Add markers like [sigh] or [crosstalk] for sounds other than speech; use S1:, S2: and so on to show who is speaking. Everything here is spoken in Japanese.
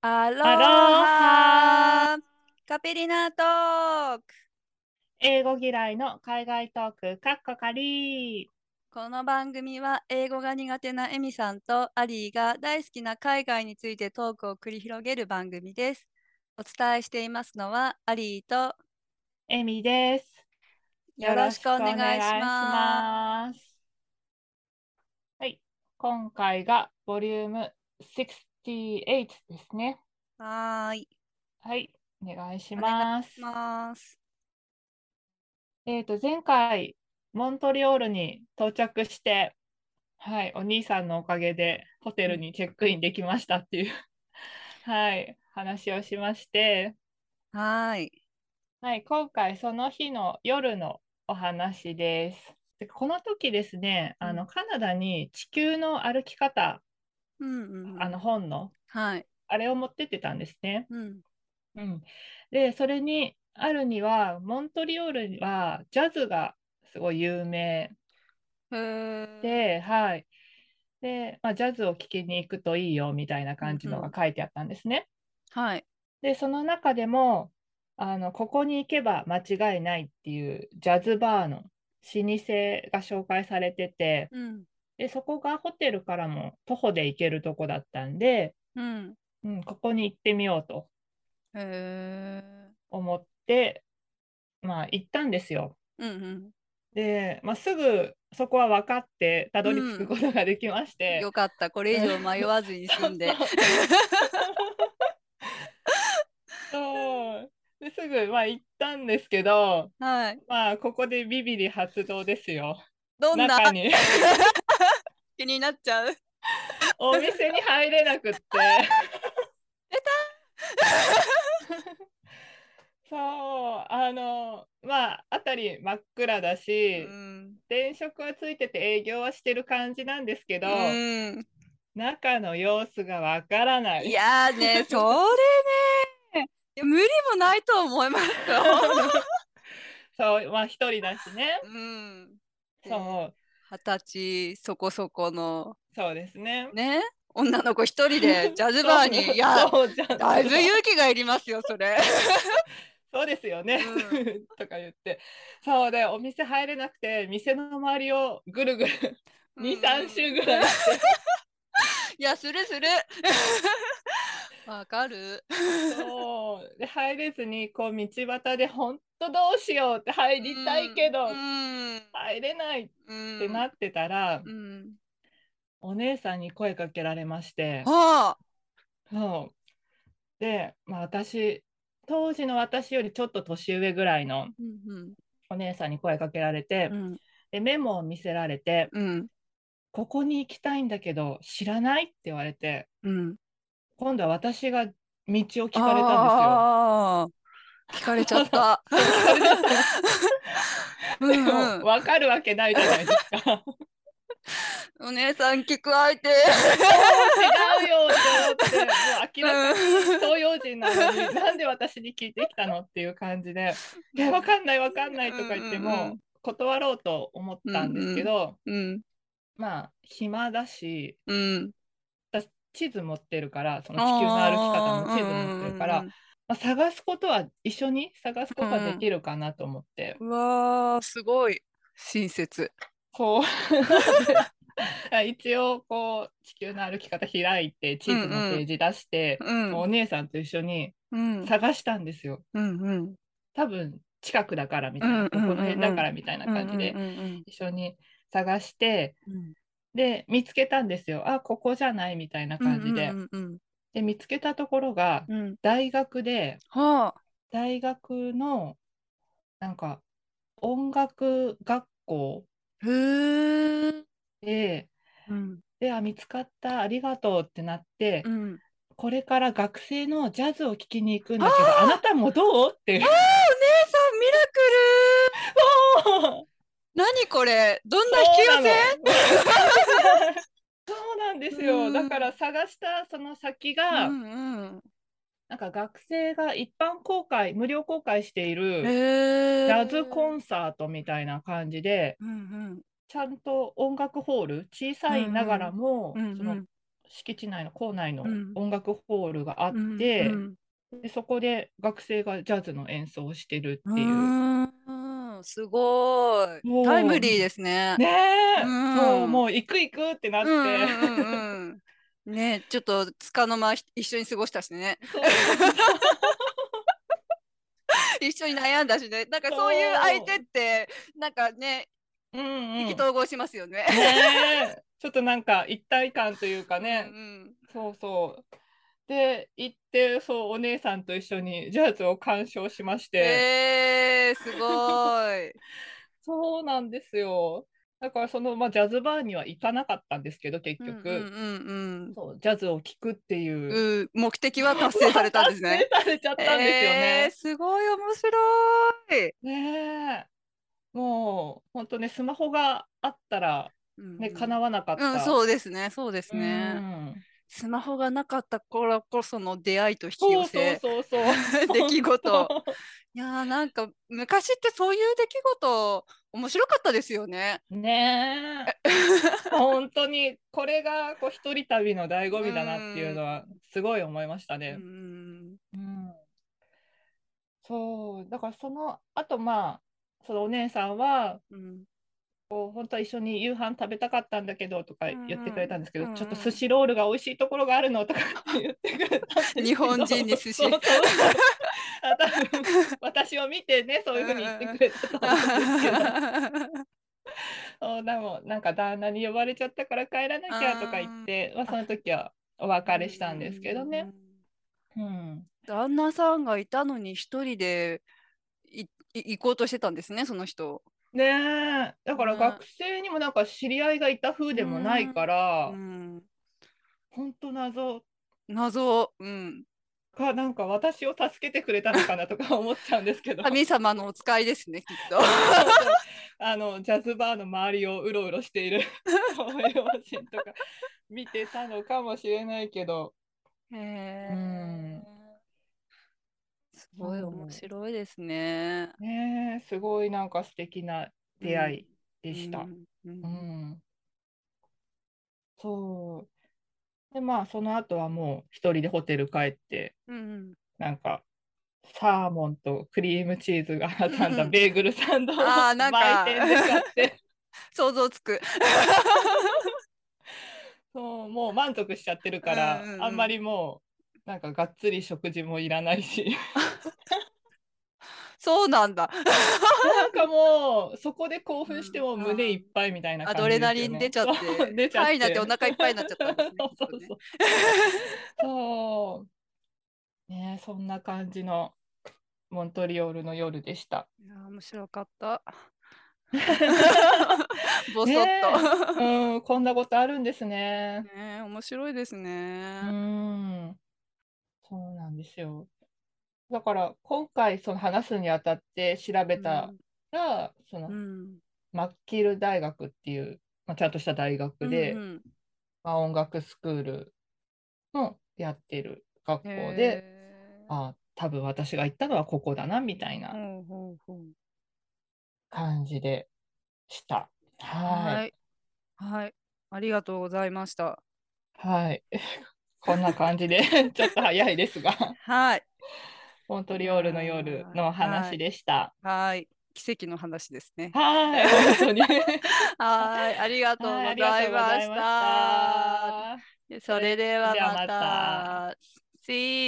S1: アロ
S2: アロ
S1: ハ
S2: ハ
S1: カペリナトーク
S2: 英語嫌いの海外トーク、カッコカリー。
S1: この番組は英語が苦手なエミさんとアリーが大好きな海外についてトークを繰り広げる番組です。お伝えしていますのはアリーと
S2: エミです。
S1: よろしくお願いし
S2: よろしくお願
S1: ま
S2: いします。はい、今回がボリューム68ですね。
S1: はーい、
S2: はい、お願いします。
S1: ます。
S2: えっと、前回、モントリオールに到着して、はい、お兄さんのおかげでホテルにチェックインできましたって
S1: [laughs]
S2: いう、はい、話をしまして、
S1: はーい、
S2: はい、今回その日の夜のお話です。でこの時ですね、あ
S1: う
S2: のカナダに地球の歩き方、
S1: うんうんうん、
S2: あの本の
S1: はい、
S2: あれを持ってってたんですね。
S1: うん、
S2: うん、で、それにあるにはモントリオールはジャズがすごい有名
S1: へー、
S2: で、はい。で、まあ、ジャズを聴きに行くといいよみたいな感じのが書いてあったんですね。
S1: はい、
S2: で、その中でも、あの、ここに行けば間違いないっていうジャズバーの老舗が紹介されてて、
S1: うん、
S2: で、そこがホテルからも徒歩で行けるとこだったんで、
S1: うん、
S2: うん、ここに行ってみようと
S1: へー、
S2: 思って、まあ、行ったんですよ。
S1: うんうん、
S2: で、まあ、すぐそこは分かって、たどり着くことができまして、
S1: よかった、これ以上迷わずに済んで。
S2: そう [laughs] そうですぐまあ行ったんですけど
S1: はい、
S2: まあここでビビリ発動ですよ
S1: どんな
S2: 中に [laughs]
S1: 気になっちゃう。
S2: お店に入れな
S1: [laughs]
S2: くって [laughs] そうあのまあ辺り真っ暗だし、
S1: うん
S2: 電飾はついてて営業はしてる感じなんですけど、
S1: うん、
S2: 中の様子がわからない
S1: いやーね、それね。いや無理もないと思いますよ。
S2: [laughs] そうまあ一人だしね
S1: [laughs] うん。
S2: そう
S1: 二十歳そこそこの
S2: そうですね。
S1: ね、女の子一人 [laughs] でジャズバー
S2: そう
S1: に、いや、
S2: そうじゃん
S1: だいぶ勇気がいりますよ、そ [laughs] れ。
S2: そうですよね、
S1: う
S2: [laughs] とか言って、そうで、お店入れなくて、店の周りをぐるぐる2、3
S1: うん
S2: 周ぐらいして、
S1: いや、するする。 [laughs] わかる。
S2: そうで入れずに、こう道端で、本当どうしようって入りたいけど、
S1: うん。
S2: 入れないっ
S1: うん。
S2: てなってたら、
S1: うん。
S2: お姉さんに声かけられまして、
S1: はあ。
S2: そうで、まあ、私、当時の私よりちょっと年上ぐらいの
S1: うんうん。
S2: お姉さんに声かけられて、
S1: うん。
S2: でメモを見せられて、
S1: うん。
S2: ここに行きたいんだけど知らないって言われて
S1: うん。
S2: 今度は私が道を聞
S1: 聞
S2: かれた
S1: 聞かれちゃった。
S2: んですよ。聞かれちゃったんです
S1: う
S2: [laughs] で
S1: んうん
S2: も分かるわけないじゃな
S1: [laughs]
S2: いですか。もう
S1: お姉さん聞く相手。
S2: 違うよって思ってもう明らかに東洋人なのになんで私に聞いてきたのっていう感じで「いや分かんない分かんない」とか言って
S1: うんうんう
S2: も
S1: ん
S2: 断ろうと思ったんですけど、
S1: うん
S2: まあ暇だし
S1: うん。
S2: 私地図持ってるからその地球の歩き方の地図持ってるから。まあ、探すことは一緒に探すことはできるかなと思って、
S1: うわーすごい親切。
S2: [laughs] こう一応こう地球の歩き方開いて地図のページ出して、
S1: うん
S2: お姉さんと一緒に
S1: うん
S2: 探したんですよ
S1: うんうん。
S2: 多分近くだからみたいな、
S1: うんうんうんうん
S2: この辺だからみたいな感じで
S1: うんうん
S2: 一緒に探して
S1: うん
S2: で見つけたんですよあここじゃないみたいな感じで、
S1: うんうん
S2: で見つけたところが
S1: うんうん。
S2: 大学で
S1: はあ。
S2: 大学のなんか音楽学校
S1: へえ。
S2: で、
S1: うん
S2: で、あ、見つかった、ありがとうってなって、
S1: うん。
S2: これから学生のジャズを聴きに行くんだけど、あなたもどうって。
S1: お姉さんミラクル。
S2: そう
S1: 何これどんな引き寄せ？
S2: なのそうなんです
S1: う
S2: よ。
S1: ん
S2: だから探したその先
S1: う
S2: が、
S1: ん
S2: なんか学生が一般公開、無料公開してい
S1: うん。
S2: る
S1: へ
S2: ジ
S1: え。
S2: ャズコンサートみたいな感じで、
S1: うんうん
S2: ちゃんと音楽ホール、小さいながらも、
S1: うん
S2: そ
S1: うん
S2: の敷地内の校内の
S1: うん
S2: 音楽ホールがあっ
S1: うん
S2: て、
S1: うん
S2: でそこで学生がジャズの演奏をしてるっていう。
S1: うーんすご
S2: も
S1: いうタイムリーですね。
S2: [laughs] ねえ、
S1: うん
S2: そうもう行く行くってなって、
S1: うんうんうんうんねちょっとつかの間一緒に過ごしたしね
S2: そう
S1: 一緒に悩んだしねなんかそういう相手ってなんかね
S2: [laughs] うんうん
S1: 意気投合しますよね。
S2: ねえちょっとなんか一体感というかね、
S1: うん
S2: そうそう。で、行って、そう、お姉さんと一緒にジャズを鑑賞しまして、
S1: えー、すごい。
S2: そうなんですよ。だから、その、まあ、ジャズバーには行かなかったんですけど、 [laughs] 結
S1: うんうん
S2: 局、
S1: うん
S2: そうジャズを聴くっていうう、
S1: んうん目的は達成されたんですね。
S2: [laughs] 達成されちゃったんですよ
S1: え
S2: ね
S1: ー。すごい面白い。
S2: ねえもう、本当ね、スマホがあったら、ね、
S1: か
S2: 叶わなかった。
S1: うん、そうですね、そうです
S2: うん
S1: ね。スマホがなかった頃こその出会いと引き
S2: そ
S1: 寄
S2: うそう
S1: せ。
S2: そうそう。
S1: 出来事。
S2: 本当
S1: いやーなんか昔ってそういう出来事面白かったですよね。
S2: ねえ本当にこれがこう一人旅の醍醐味だなっていうのはすごい思いました
S1: う
S2: ね。
S1: ん
S2: うんそうだからその後まあそのお姉さんは
S1: [laughs] うん
S2: こう本当は一緒に夕飯食べたかったんだけどとか言ってくれたんですけ
S1: う
S2: ど、
S1: んうん
S2: ちょっと寿司ロールが美味しいところがあるのとかって言ってくれたんですけど
S1: 日本人に寿司
S2: そうそうそうあ多分私を見てねそういうふうに言ってくれたと思うんですけど。そうでもなんか旦那に呼ばれちゃったから帰らなきゃとか言ってまあ、その時はお別れしたんですけどね。。うん、
S1: 旦那さんがいたのに一人でいい行こうとしてたんですねその人。
S2: ねえだから
S1: ね
S2: 学生にもなんか知り合いがいた風でもないから
S1: うん、
S2: 本当謎
S1: 謎、うん、
S2: かなんか私を助けてくれたのかなとか思っちゃうんですけど
S1: 神様のお使いですねきっと。
S2: [laughs] あのジャズバーの周りをうろうろしている [laughs] そういう老人とか見てたのかもしれないけど。
S1: へ
S2: う
S1: え
S2: ん。
S1: すごい
S2: そう
S1: 面白いですね。
S2: ねえすごいなんか素敵な出会いでした。
S1: うんうん
S2: うんそう。で、まあ、その後はもう一人でホテル帰って、
S1: うん
S2: なんか、サーモンとクリームチーズが挟んだ
S1: うん
S2: ベーグルサンドを
S1: あーなんか
S2: 売店で
S1: [laughs]
S2: 買って、
S1: 想像つく。 [laughs]
S2: そう、もう満足しちゃってるから、
S1: うんうんうん
S2: あんまりもう、なんかがっつり食事もいらない
S1: [laughs]
S2: し、
S1: そうなんだ。
S2: なんかもう、そこで興奮しても
S1: うん
S2: 胸いっぱいみたいな
S1: アド
S2: 感
S1: レ
S2: じですよ
S1: ナ
S2: ね
S1: リン出ちゃって
S2: そう [laughs] 出ちゃっ
S1: はい
S2: て。
S1: なってお腹いっぱいになっちゃったんですね
S2: [laughs] そう
S1: きっと
S2: そう
S1: ね
S2: そう。そう。ねえ、そんな感じのモントリオールの夜で
S1: [laughs]
S2: した。
S1: いやー面白かった。 [laughs]
S2: う
S1: ぼそっと。
S2: ん、こんなことあるんですね。
S1: [laughs] ねえ面白いですね
S2: う。ん。そうなんですよ。だから今回その話すにあたって調べたら、その
S1: うん。
S2: マッキル大学っていう、まあ、ちゃんとした大学で、
S1: うんうん
S2: まあ、音楽スクールのやってる学校で、
S1: へー
S2: あ多分私が行ったのはここだなみたいな
S1: ほうほうほう
S2: 感じでした。は。
S1: はいい。はい。ありがとうございました。
S2: はい。 [laughs] こんな感じで、 [laughs] ちょっと早いですが、 [laughs]
S1: はい。
S2: モントリオールの夜のお話でした。
S1: はい。奇跡の話ですね。
S2: はい、本 [laughs] 当に。
S1: はい、ありがとう
S2: はいあ
S1: ご
S2: りが
S1: ざ
S2: と
S1: いう
S2: ござ
S1: ま
S2: い
S1: し。
S2: ましたた。
S1: それでは
S2: で
S1: ま
S2: はま
S1: た。See you.